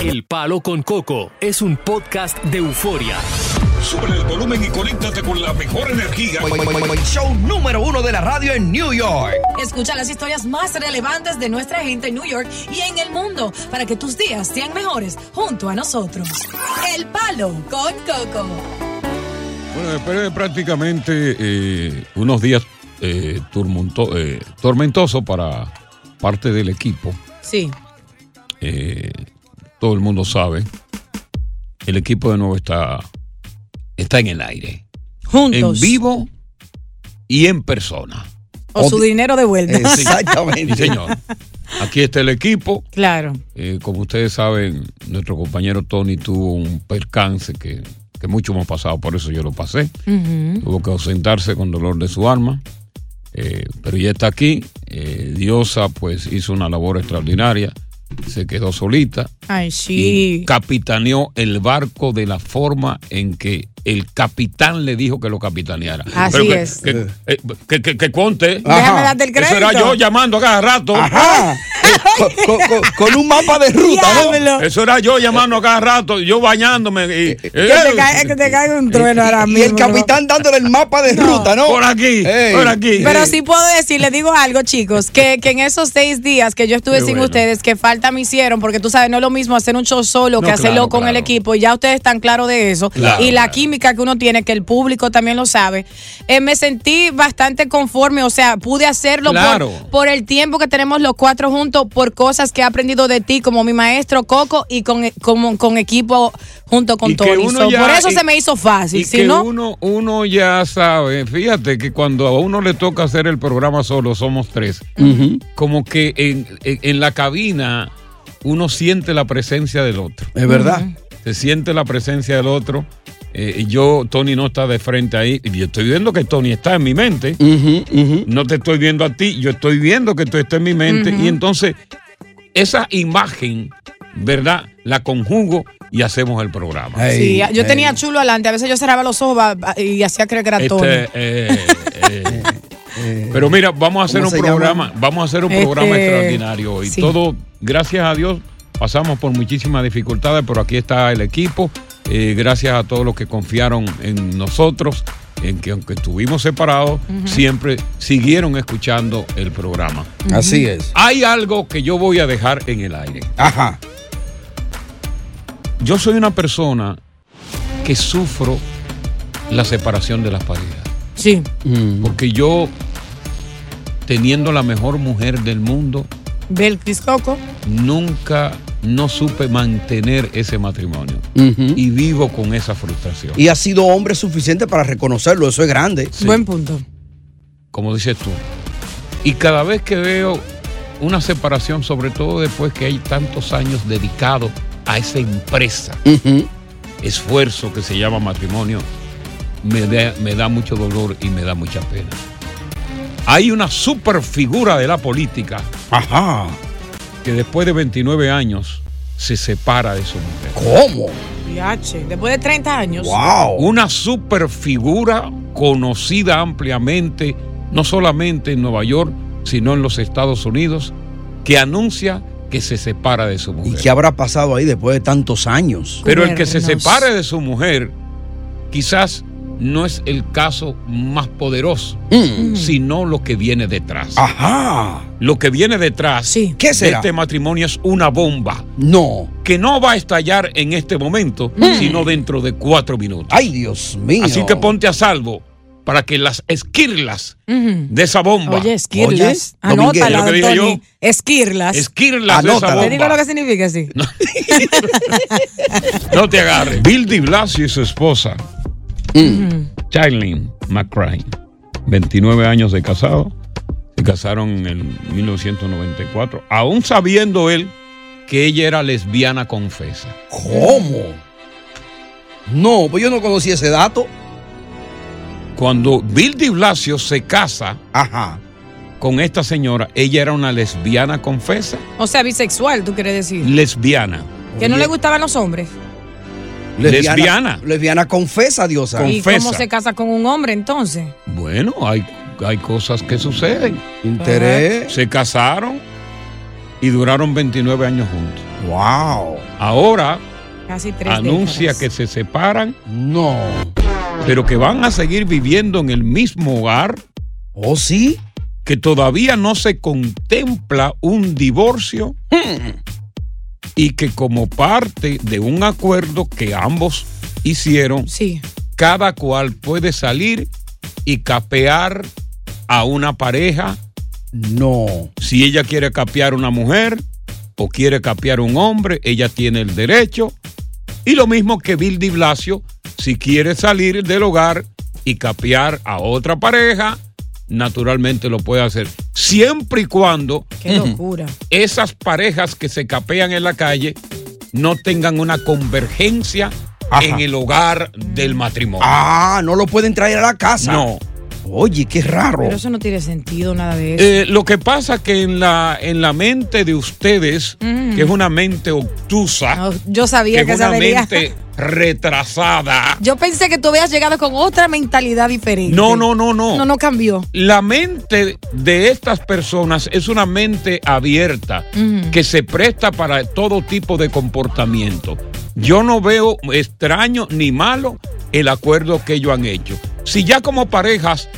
El Palo con Coco es un podcast de euforia. Sube el volumen y conéctate con la mejor energía. Show número uno de la radio en New York. Escucha las historias más relevantes de nuestra gente en New York y en el mundo para que tus días sean mejores junto a nosotros. El Palo con Coco. Bueno, después de prácticamente eh, unos días eh, turmunto- eh, tormentosos para parte del equipo, Sí, eh, todo el mundo sabe, el equipo de nuevo está, está en el aire, juntos. en vivo y en persona. O su dinero de vuelta. Eh. Sí, Exactamente. señor. Aquí está el equipo. Claro. Eh, como ustedes saben, nuestro compañero Tony tuvo un percance que, que mucho hemos pasado, por eso yo lo pasé. Tuvo que ausentarse con dolor de su alma, eh, pero ya está aquí. Eh, Diosa pues hizo una labor extraordinaria, se quedó solita Ay, y capitaneó el barco de la forma en que el capitán le dijo que lo capitaneara. Así Pero que- es. Que, eh, que, que- que conte. Déjame Ajá. darte el Eso crédito. Ah. era yo llamando a cada rato. Ajá. Eh, con, con- con- con un mapa de ruta, ¿no? Diablo. Eso era yo llamando a cada rato, yo bañándome. Y, eh, Que te, cae, que te caiga un trueno ahora mismo. Y el ¿no? capitán dándole el mapa de ruta, ¿no? Por aquí, Ey. por aquí. Pero sí puedo decir, les digo algo, chicos, que, que en esos seis días que yo estuve Qué sin bueno. ustedes, que falta me hicieron, porque tú sabes, no es lo mismo hacer un show solo No, que hacerlo claro, con el claro. equipo, y ya ustedes están claros de eso. Claro, y la claro. química que uno tiene, que el público también lo sabe. Eh, me sentí bastante conforme, o sea, pude hacerlo por- Claro. por, el tiempo que tenemos los cuatro juntos, por cosas que he aprendido de ti, como mi maestro Coco, y con, e, como, con equipo junto con Y que Tony. uno So, ya- por eso y- se me hizo fácil, Y si que no, uno, uno ya sabe, fíjate que cuando a uno le toca hacer el programa solo, somos tres, como que en, en- en la cabina uno siente la presencia del otro, Es verdad. se siente la presencia del otro. Eh, y yo, Tony no está de frente ahí, y yo estoy viendo que Tony está en mi mente, Ujú, ujú. no te estoy viendo a ti, yo estoy viendo que tú estás en mi mente, y entonces esa imagen, ¿verdad? La conjugo y hacemos el programa. Sí, Ey, yo ey. tenía chulo adelante. A veces yo cerraba los ojos va- va- y hacía creer que era Tony. Este, eh, eh, pero mira, vamos a hacer un ¿cómo se llama? programa, vamos a hacer un Este, programa extraordinario hoy. sí. Todo, gracias a Dios, pasamos por muchísimas dificultades, pero aquí está el equipo. Eh, gracias a todos los que confiaron en nosotros, en que aunque estuvimos separados, siempre siguieron escuchando el programa. Así es. Hay algo que yo voy a dejar en el aire. Ajá. Yo soy una persona que sufro la separación de las parejas. Sí, Porque yo, teniendo la mejor mujer del mundo, Belkis Coco. nunca no supe mantener ese matrimonio. Ujú. Y vivo con esa frustración. Y ha sido hombre suficiente para reconocerlo, eso es grande. Sí, Buen punto. Como dices tú. Y cada vez que veo una separación, sobre todo después que hay tantos años dedicados a esa empresa, Ujú. esfuerzo que se llama matrimonio, me da, me da mucho dolor y me da mucha pena. Hay una super figura de la política Ajá. que después de 29 años se separa de su mujer. ¿Cómo? Yache, después de 30 años. Wow. Una superfigura conocida ampliamente, no solamente en Nueva York, sino en los Estados Unidos, que anuncia que se separa de su ¿Y mujer. qué habrá pasado ahí después de tantos años? Pero el que se Cuernos. separe de su mujer quizás no es el caso más poderoso, Mm. sino lo que viene detrás. Ajá. Lo que viene detrás Sí. ¿Qué de será? este matrimonio es una bomba. No. que no va a estallar en este momento, Mm. sino dentro de cuatro minutos. Ay, Dios mío. Así que ponte a salvo para que las esquirlas Ujú. de esa bomba, Mm. Oye, esquirlas. Oye, Dominguez, Anótala, lo que dije Anthony. Esquirlas. esquirlas Anótala. de Te digo esa lo que bomba, significa, sí. no te agarres. Bill de Blasio y su esposa, Charlene McCrae, 29 años de casado, se casaron en el 1994, aún sabiendo él que ella era lesbiana confesa. ¿Cómo? No, pues yo no conocía ese dato. Cuando Bill de Blasio se casa, Ajá. con esta señora, ella era una lesbiana confesa, O sea, bisexual, tú quieres decir. lesbiana. Que no Oye, le gustaban los hombres. lesbiana. Lesbiana confesa, diosa. Con- ¿Y cómo Confesa. se casa con un hombre entonces? Bueno, hay, hay cosas que suceden. Interés. Se casaron y duraron 29 años juntos. Wow. Ahora Casi tres anuncia décadas. que se separan, No. pero que van a seguir viviendo en el mismo hogar, ¿Oh, sí? que todavía no se contempla un divorcio y que como parte de un acuerdo que ambos hicieron, Sí. cada cual puede salir y capear a una pareja No. Si ella quiere capear una mujer o quiere capear un hombre, ella tiene el derecho. Y lo mismo que Bill de Blasio, si quiere salir del hogar y capear a otra pareja, naturalmente lo puede hacer. Siempre y cuando Qué locura. esas parejas que se capean en la calle no tengan una convergencia Ajá. en el hogar del matrimonio. Ah, no lo pueden traer a la casa. no. Oye, qué raro. Pero eso no tiene sentido, nada de eso. Eh, lo que pasa que en la, en la mente de ustedes, Mm. que es una mente obtusa, No, yo Eh, que sabía es que una sabría. mente retrasada. Yo pensé que tú habías llegado con otra mentalidad diferente. No, no, no, no. No, no cambió. La mente de estas personas es una mente abierta Ujú. que se presta para todo tipo de comportamiento. Yo no veo extraño ni malo el acuerdo que ellos han hecho. Si ya como parejas,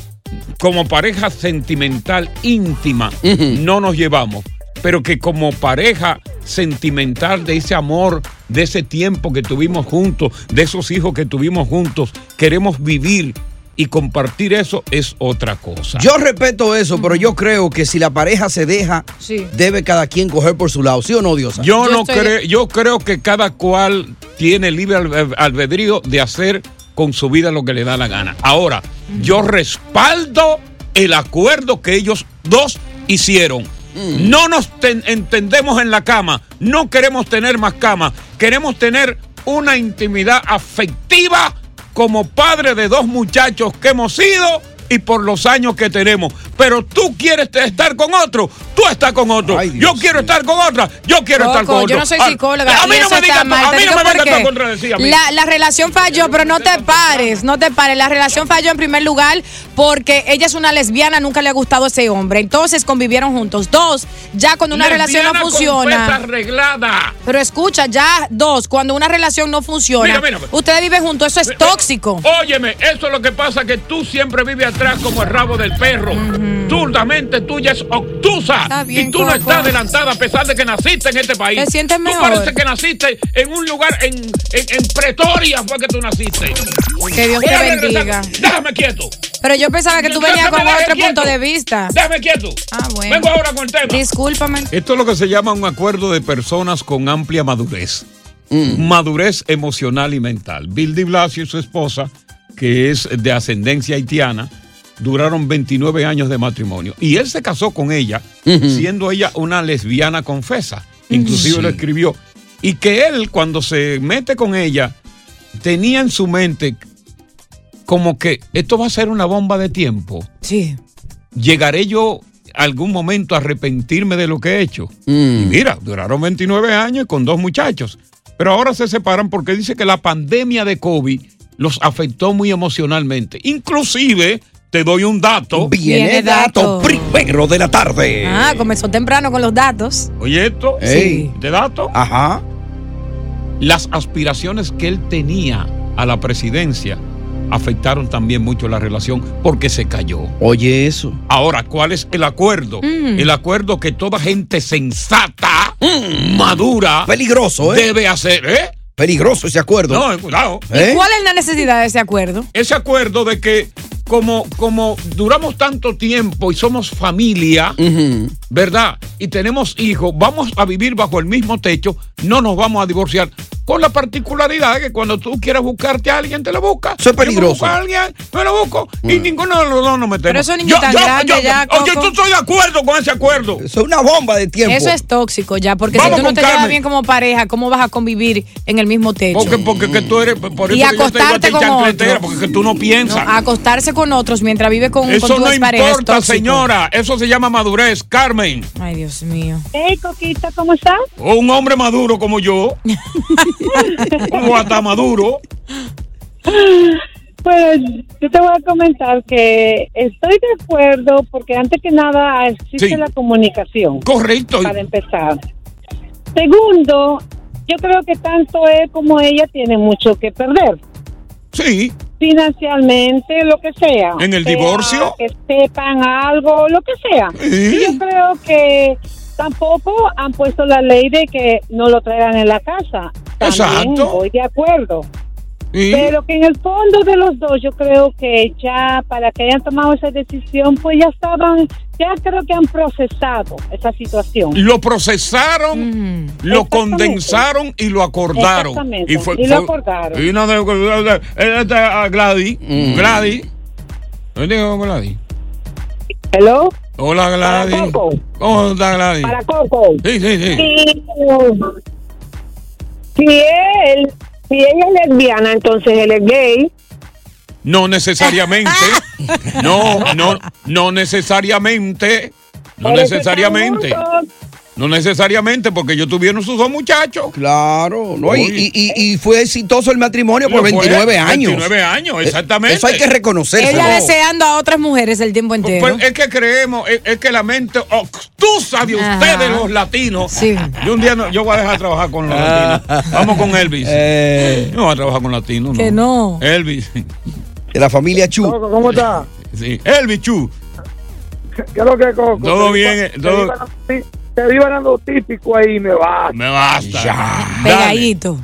como pareja sentimental íntima, Ujú. no nos llevamos, pero que como pareja sentimental de ese amor, de ese tiempo que tuvimos juntos, de esos hijos que tuvimos juntos, queremos vivir y compartir eso es otra cosa. Yo respeto eso, pero yo creo que si la pareja se deja, Sí. debe cada quien coger por su lado, ¿sí o no, Diosa? Yo Yo no estoy- creo, yo creo que cada cual tiene libre al- albedrío de hacer con su vida lo que le da la gana. Ahora, Mm. yo respaldo el acuerdo que ellos dos hicieron. Mm. No nos ten- entendemos en la cama, no queremos tener más cama, queremos tener una intimidad afectiva como padre de dos muchachos que hemos sido y por los años que tenemos. Pero tú quieres te- estar con otro, tú estás con otro. Ay, yo Dios quiero mío. estar con otra, yo quiero quiero Coco, estar con yo otro. no soy Ah, psicóloga. A mí y no eso me está digas tú- mal. a Te mí no digo me por vengas tú a qué. contradecir a mí. La, la relación falló, pero no te pares, no te pares. La relación falló en primer lugar porque ella es una lesbiana, nunca le ha gustado ese hombre. Entonces convivieron juntos. Dos, ya cuando una relación no Lesbiana funciona. confesa arreglada. Pero escucha, ya dos, cuando una relación no funciona, Mira, mira. ustedes viven juntos, eso es tóxico. Óyeme, eso es lo que pasa que tú siempre vives atrás como el rabo del perro. Tú, la mente tuya es obtusa Está bien, y tú no Coco. estás adelantada a pesar de que naciste en este país. Te sientes tú mejor. parece que naciste en un lugar en, en, en Pretoria fue que tú naciste. Que Dios Voy te a regresar. bendiga. Déjame quieto. Pero yo pensaba que tú Mientras venías se me con deje otro quieto. punto de vista. Déjame quieto. Ah, bueno. Vengo ahora con el tema. Discúlpame. Esto es lo que se llama un acuerdo de personas con amplia madurez. Madurez emocional y mental. Bill de Blasio y su esposa, que es de ascendencia haitiana, duraron 29 años de matrimonio. Y él se casó con ella, siendo ella una lesbiana confesa. Inclusive lo escribió. Y que él, cuando se mete con ella, tenía en su mente como que esto va a ser una bomba de tiempo. Sí. ¿Llegaré yo algún momento a arrepentirme de lo que he hecho? Y Mm. mira, duraron 29 años y con dos muchachos. Pero ahora se separan porque dice que la pandemia de COVID los afectó muy emocionalmente. Inclusive, te doy un dato. Viene Viene dato dato. primero de la tarde. Ah, comenzó temprano con los datos. Oye esto, Ey. Ah. de dato. Ajá. Las aspiraciones que él tenía a la presidencia afectaron también mucho la relación porque se cayó. Oye eso. Ahora, ¿cuál es el acuerdo? Mm. El acuerdo que toda gente sensata, madura, Peligroso, Mm. ¿eh? debe hacer. ¿Eh? Peligroso ese acuerdo. No, cuidado. ¿Eh? ¿Cuál es la necesidad de ese acuerdo? Ese acuerdo de que como, como duramos tanto tiempo y somos familia, Ujú. ¿verdad? Y tenemos hijos, vamos a vivir bajo el mismo techo, no nos vamos a divorciar. Con la particularidad de que cuando tú quieras buscarte a alguien, te lo buscas. Eso es peligroso. Mm. Yo busco a alguien, me lo busco. Y ninguno de los dos nos metemos. Pero eso niño tan grande ya, Oye, Coco. yo estoy de acuerdo con ese acuerdo. Eso es una bomba de tiempo. Eso es tóxico ya, porque Vamos si tú no con te Carmen. llevas bien como pareja, ¿cómo vas a convivir en el mismo techo? Porque, porque que tú eres, por Y eso que yo te digo a ti acostarte con chancletera, otro. porque que tú no No, piensas. acostarse con otros mientras vive con, con eso tu no expareja es importa, tóxico. señora. Eso se llama madurez, Carmen. Ay, Dios mío. Hey, Coquita, ¿cómo estás? O un hombre maduro como yo. un guata maduro. Pues yo te voy a comentar que estoy de acuerdo porque antes que nada existe Sí. la comunicación, Correcto. para empezar. Segundo, yo creo que tanto él como ella tienen mucho que perder. Sí, Financialmente, lo que sea. ¿En el Sea divorcio? Que sepan algo, lo que sea. Sí. Y yo creo que tampoco han puesto la ley de que no lo traigan en la casa. También Exacto. Voy de acuerdo. sí. Pero que en el fondo de los dos, yo creo que ya para que hayan tomado esa decisión, pues ya estaban, ya creo que han procesado esa situación. Lo procesaron, Mm. lo Exactamente. condensaron y lo acordaron. Exactamente, y lo acordaron. Y no de- eh, esta, a Gladys. Mm. Gladys. ¿Qué dijo Gladys? ¿Hello? Hola, Gladys. Coco. ¿Cómo está Gladys? Para Coco. Sí, sí, sí. Si, si él, si ella es lesbiana, entonces él es gay. No necesariamente. no, no, no necesariamente. No Por eso necesariamente. están juntos. No necesariamente, porque ellos tuvieron sus dos muchachos. Claro, no, y, Oye. y- y- y fue exitoso el matrimonio por Lo fue, 29 años. 29 años, Eh, exactamente. Eso hay que reconocerlo. Ella deseando a otras mujeres el tiempo entero. Pues es que creemos, es, es que la mente obtusa de Ajá. ustedes los latinos. Sí. Yo un día no- yo voy a dejar de trabajar con los latinos. Vamos con Elvis. Ah. Eh, Yo no voy a trabajar con latinos. Que no. Elvis. de la familia Chu. Coco, ¿cómo está? Sí. Elvis Chu. ¿Qué es lo que Coco? Todo Te bien, iba- eh, todo- Te iba- te vivan dando típico ahí, me va. Me basta. Dale, Pegadito.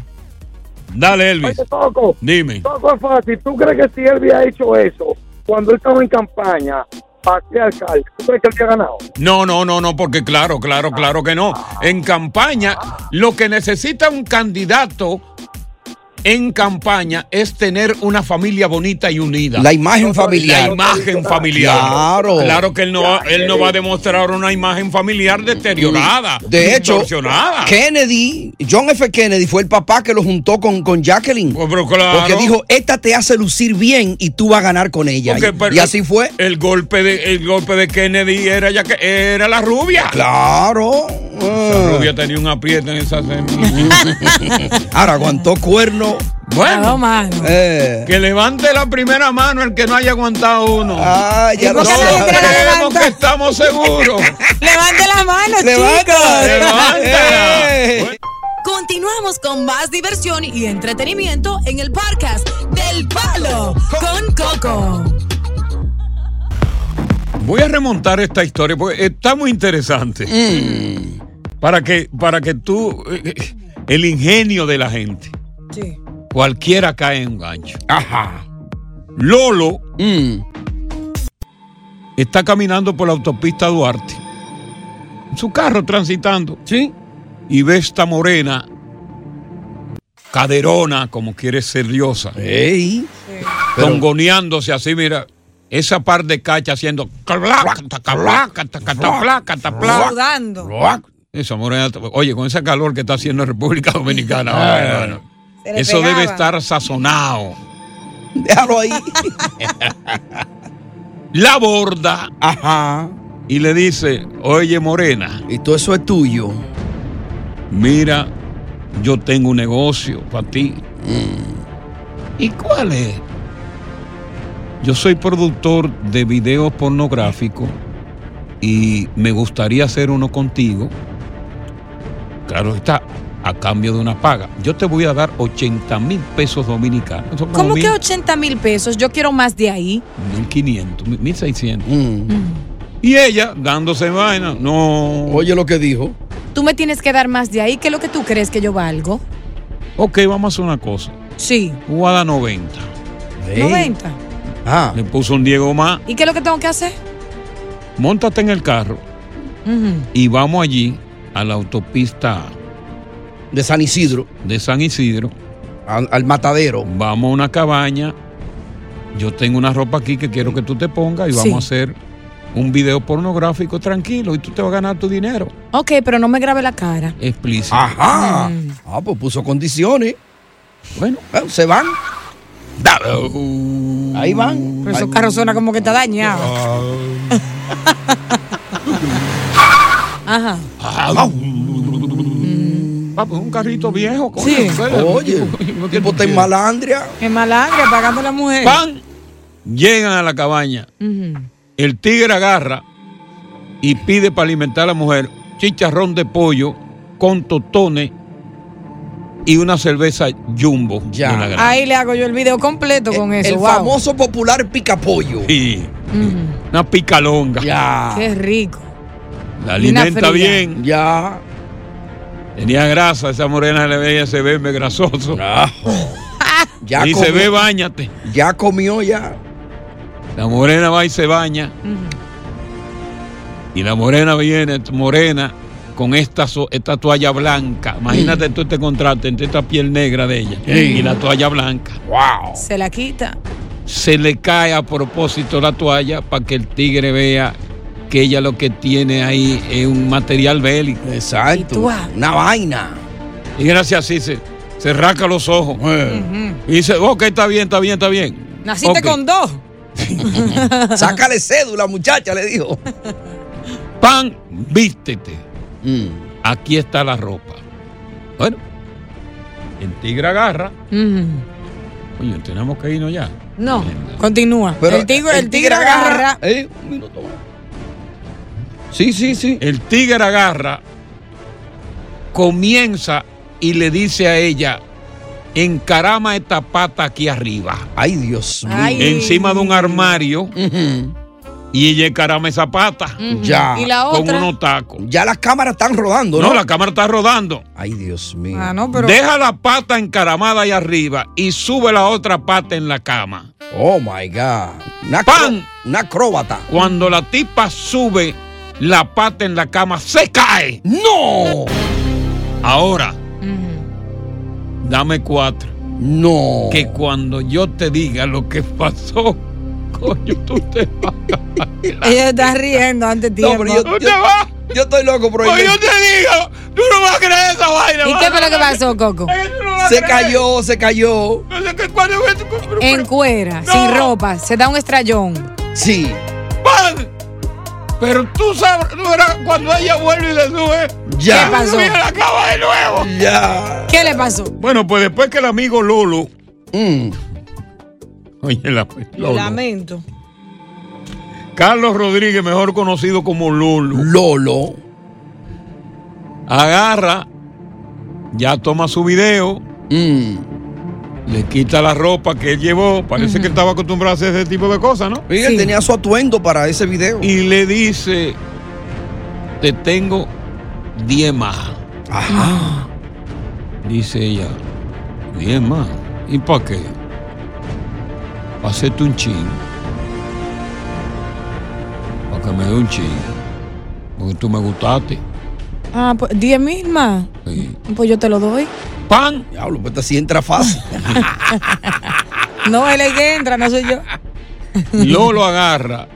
dale, Elvis. Oye, Coco, Dime. Coco es fácil. ¿Tú crees que si él hubiera hecho eso cuando él estaba en campaña aquí al alcalde, ¿tú crees que él hubiera ganado? No, no, no, no, porque claro, claro, claro que no. En campaña, lo que necesita un candidato en campaña es tener una familia bonita y unida. La imagen familiar. La imagen familiar. Claro. Claro que él no, va- él no va a demostrar una imagen familiar deteriorada. De hecho, distorsionada. Kennedy, John F. Kennedy fue el papá que lo juntó con, con Jacqueline. Pues, pero claro. Porque dijo, esta te hace lucir bien y tú vas a ganar con ella. Porque, Y- pero, y así fue. El golpe de, el golpe de Kennedy era ya que era la rubia. Claro. La Ah. rubia tenía un aprieto en esa semana. Ahora aguantó cuerno. Claro, bueno, mano. Eh. que levante la primera mano el que no haya aguantado uno. Ah, ya ¿Y lo por qué sabe. nadie te la Creemos levanta? que estamos seguros. Levante la mano, Levántala, chicos. Levántala. Eh. Continuamos con más diversión y entretenimiento en el podcast del Palo con Coco. Voy a remontar esta historia porque está muy interesante. Mm. Para, que, para que tú, eh, eh, el ingenio de la gente, Sí. cualquiera cae en un gancho. Ajá. Lolo Mm. está caminando por la autopista Duarte, en su carro transitando, Sí. y ve esta morena, caderona, como quiere ser diosa, Eh, Ey. tongoneándose así, mira, esa par de cacha haciendo... clac, taca, placa, taca, taca, placa, taca, placa. Sudando. Esa morena, oye, con ese calor que está haciendo en República Dominicana, bueno, bueno, Se le eso pegaba. debe estar sazonado. Déjalo ahí. La borda Ajá. y le dice, oye morena, Y todo eso es tuyo. mira, yo tengo un negocio para ti. Mm. ¿Y cuál es? Yo soy productor de videos pornográficos y me gustaría hacer uno contigo. Claro está, a cambio de una paga. Yo te voy a dar 80 mil pesos dominicanos. Eso como ¿Cómo mil- que 80 mil pesos? Yo quiero más de ahí. 1500, 1600. Mm. Y ella dándose vaina, no. Oye lo que dijo. Tú me tienes que dar más de ahí. ¿Qué es lo que tú crees que yo valgo? Ok, vamos a hacer una cosa. Sí. Guada 90. Ey. 90. Ah. Le puso un Diego más. ¿Y qué es lo que tengo que hacer? Móntate en el carro Ujú. y vamos allí a la autopista De San Isidro de San Isidro. al, al matadero. Vamos a una cabaña. Yo tengo una ropa aquí que quiero que tú te pongas y Sí. vamos a hacer un video pornográfico tranquilo y tú te vas a ganar tu dinero. Ok, pero no me grabe la cara. Explícito. Ajá. Mm. Ah, pues puso condiciones. Bueno, Bueno, se van. Ahí van. Pero esos Ay, carros suena como que está dañado. Ajá. Ah, pues un carrito viejo. coño, Sí. ustedes, Oye, tipo, coño, el tipo está en ¿qué? malandria. Qué malandre, pagando la mujer. Pan, llegan a la cabaña. Ujú. El tigre agarra y pide para alimentar a la mujer chicharrón de pollo con tostones y una cerveza jumbo. Ya. de una gran. Ahí le hago yo el video completo con Eh, El- eso. El wow. famoso popular picapollo. Sí, Ujú. una picalonga. Ya. Qué rico. La Y una alimenta fría. bien. Ya. Tenía grasa, esa morena le veía se bebe grasoso. Ya y se comió, ve, bañate. ya comió ya. La morena va y se baña. Y la morena viene, morena, con esta, so- esta toalla blanca. Imagínate tú te contraste entre esta piel negra de ella y la toalla blanca. Se la quita. Se le cae a propósito la toalla para que el tigre vea que ella lo que tiene ahí es un material bélico. Y Exacto. tú, ah. Una vaina. Y gracias así se, se rasca los ojos. Ujú. Y dice, ok, está bien, está bien, está bien. Naciste Ok. con dos. Sácale cédula, muchacha, le dijo. Pan, vístete. Mm. Aquí está la ropa. Bueno, el tigre agarra. Ujú. Oye, tenemos que irnos ya. Mm-hmm. No, continúa. el tigre, el tigre agarra. Eh, un minuto más. Sí, sí, sí. El tigre agarra, comienza y le dice a ella, encarama esta pata aquí arriba, Ay, Dios mío. Ay. encima de un armario, Ujú. y ella encarama esa pata Ujú. Mm-hmm. Ya, Y Mm, la con otra. unos tacos. Ya las cámaras están rodando, ¿no? No, la cámara está rodando. Ay, Dios mío. Ah, no, pero. Deja la pata encaramada ahí arriba y sube la otra pata en la cama. Oh, my God. Una, ¡Pam! acro- una acróbata. Cuando la tipa sube la pata en la cama, se cae. ¡No! Ahora, Ujú. Oh. dame cuatro. ¡No! que cuando yo te diga lo que pasó, coño, tú te vas. Ella está riendo antes No, tiempo. pero yo, ¿Tú te yo, vas? yo estoy loco, pero Coño, yo te digo, tú no vas a creer esa vaina. ¿Y vas qué a fue lo que creer. pasó, Coco? Es que tú no vas a se creer. cayó, se cayó. No sé qué, cuándo fue tu- pero- pero- En cuera, No. sin ropa, se da un estrellón. Sí, ¡Pan! Pero tú sabes, no era cuando ella vuelve y le sube. Ya. le sube a la cama de nuevo. Mm. ya. ¿Qué le pasó? Bueno, pues después que el amigo Lolo. Mm. Oye, la, Lolo. Lamento. Carlos Rodríguez, mejor conocido como Lolo. Lolo. agarra, ya toma su video, Mm. le quita la ropa que él llevó, parece que estaba acostumbrado a hacer ese tipo de cosas, ¿no? Mira, Sí. tenía su atuendo para ese video. Y le dice, te tengo 10 más. Ajá. Dice ella, 10 más. ¿Y para qué? Para hacerte un chin. Para que me dé un chin. Porque tú me gustaste. Ah, pues 10 mil más. Sí. Pues yo te lo doy. ¡Pan! Diablo, pues esta sí entra fácil. No, él es el que entra, no soy yo. Lolo agarra.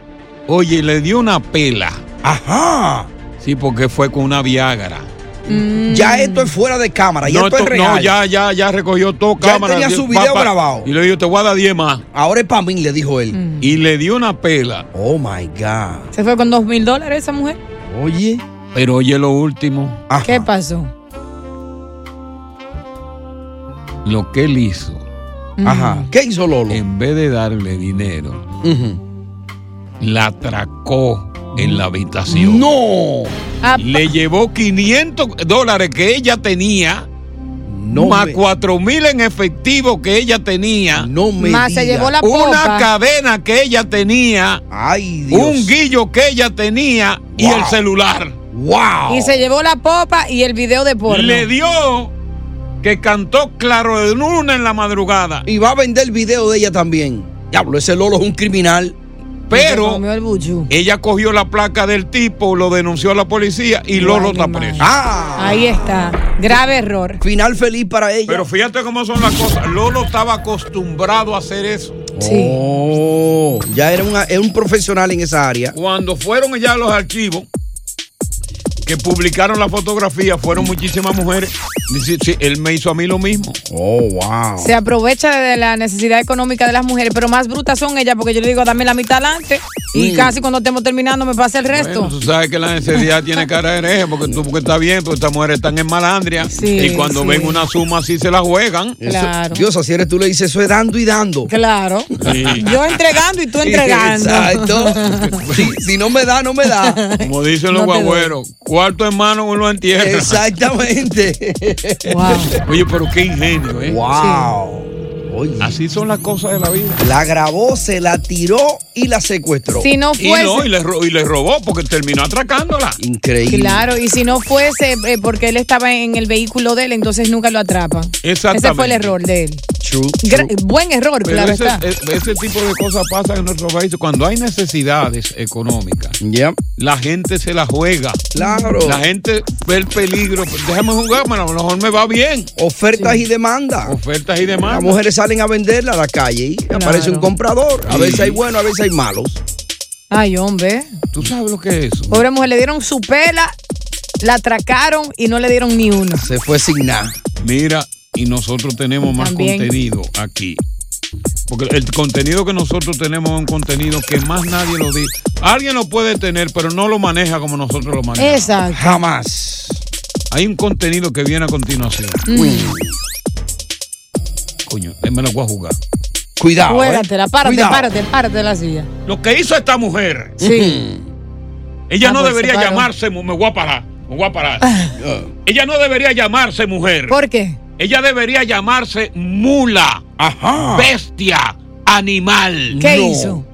Oye, le dio una pela. Ajá. Sí, porque fue con una Viagra. Mm. Ya esto es fuera de cámara. Ya Mm. no, esto, esto- es real. no, ya, ya, ya recogió todo Ya él cámara. tenía dio- su video grabado. Y le dijo, te voy a dar 10 más. Ahora es para mí, le dijo él. Y le dio una pela. Oh, my God. Se fue con 2 mil dólares esa mujer. Oye. Pero oye lo último, Ajá. ¿Qué pasó? lo que él hizo, Ajá. ¿Qué hizo Lolo? en vez de darle dinero, Ujú. la atracó en la habitación. No. oh. Ah, Le llevó 500 dólares que ella tenía, No más me, 4 mil en efectivo que ella tenía, no me más se diga. llevó la una popa. cadena que ella tenía, Ay, Dios. un guillo que ella tenía y Wow. el celular. Wow. Y se llevó la popa y el video de porno. Le dio que cantó Claro de Luna en la madrugada. Y va a vender el video de ella también. Diablo, ese Lolo es un criminal. Y se Pero comió el buchú. ella cogió la placa del tipo, lo denunció a la policía y Lo Lolo está animal. preso. Ah. Ahí está. Grave error. Final feliz para ella. Pero fíjate cómo son las cosas. Lolo estaba acostumbrado a hacer eso. Sí. Oh, ya era, una- era un profesional en esa área. Cuando fueron ya a los archivos que publicaron la fotografía, fueron muchísimas mujeres. Dice, sí, él me hizo a mí lo mismo. Oh, wow. Se aprovecha de la necesidad económica de las mujeres, pero más brutas son ellas porque yo le digo, dame la mitad adelante y casi cuando estemos terminando me pasa el resto. Bueno, Pues, tú sabes que la necesidad tiene cara de hereje porque tú porque está bien, porque estas mujeres están en malandria Sí, y cuando sí. ven una suma así se la juegan. Eso- claro. Dios, así eres tú le dices, eso es dando y dando. Claro. Yo entregando y tú entregando. Exacto. si, si no me da, no me da. Como dicen los No te doy. guagüeros, cuarto en mano uno lo entierra. Exactamente. Wow. Oye, pero qué ingenio, ¿eh? wow. Oye. Así son las cosas de la vida. La grabó, se la tiró y la secuestró. Si no Y fuese. no, y le, ro- y le robó porque terminó atracándola. Increíble. Claro, y si no fuese eh, porque él estaba en el vehículo de él, entonces nunca lo atrapa. Exactamente. Ese fue el error de él. True, Gra- true. buen error, Pero claro ese, está. e- ese tipo de cosas pasan en nuestro país. Cuando hay necesidades económicas, Yep. la gente se la juega. Claro. La gente ve el peligro. Déjame jugarme, a lo mejor me va bien. Ofertas y demanda. Ofertas y Las demás. mujeres salen a venderla a la calle y aparece un comprador. A Sí. veces hay buenos, a veces hay malos. Ay, hombre. ¿Tú sabes lo que es eso? Pobre mujer, le dieron su pela, la atracaron y no le dieron ni uno. Se fue sin nada. Mira, y nosotros tenemos más También. contenido aquí. Porque el contenido que nosotros tenemos es un contenido que más nadie lo dice. Alguien lo puede tener, pero no lo maneja como nosotros lo manejamos. Exacto. Jamás. Hay un contenido que viene a continuación. Mm. Coño, eh, me lo voy a jugar. Cuidado. ¿eh? Juégatela, párate, Cuidado. Mm. párate, párate la silla. Lo que hizo esta mujer, Sí. ella Ah, no pues, se debería paró. llamarse, mu- me voy a parar, me voy a parar. ella no debería llamarse mujer. ¿Por qué? Ella debería llamarse mula, Ah. Ajá. bestia, animal. ¿Qué No. hizo?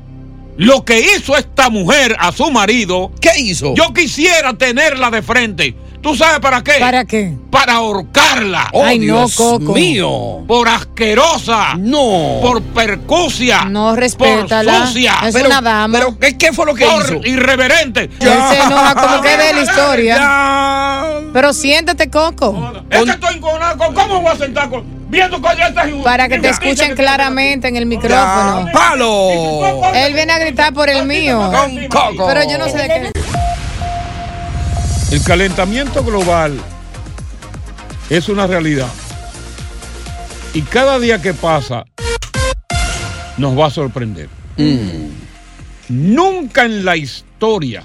Lo que hizo esta mujer a su marido, ¿Qué hizo? yo quisiera tenerla de frente. ¿Tú sabes para qué? ¿Para qué? Para ahorcarla. Oh, Ay, no, Dios Coco. mío. Por asquerosa. No. Por percucia. No respétala. Por sucia. Es una dama. Ah, Pero, ¿qué, qué fue lo que hizo? Por irreverente. Él se enoja como que de la historia. Ya. Pero siéntate, Coco. Es que estoy encojonado. ¿Con- ¿Cómo voy a sentar con.? Viendo con estas injusticias Para que te escuchen que claramente en el Ya. micrófono. Palo. Él viene a gritar por el mío. Con Coco. Pero yo no sé de qué. El calentamiento global es una realidad. Y cada día que pasa nos va a sorprender. Nunca en la historia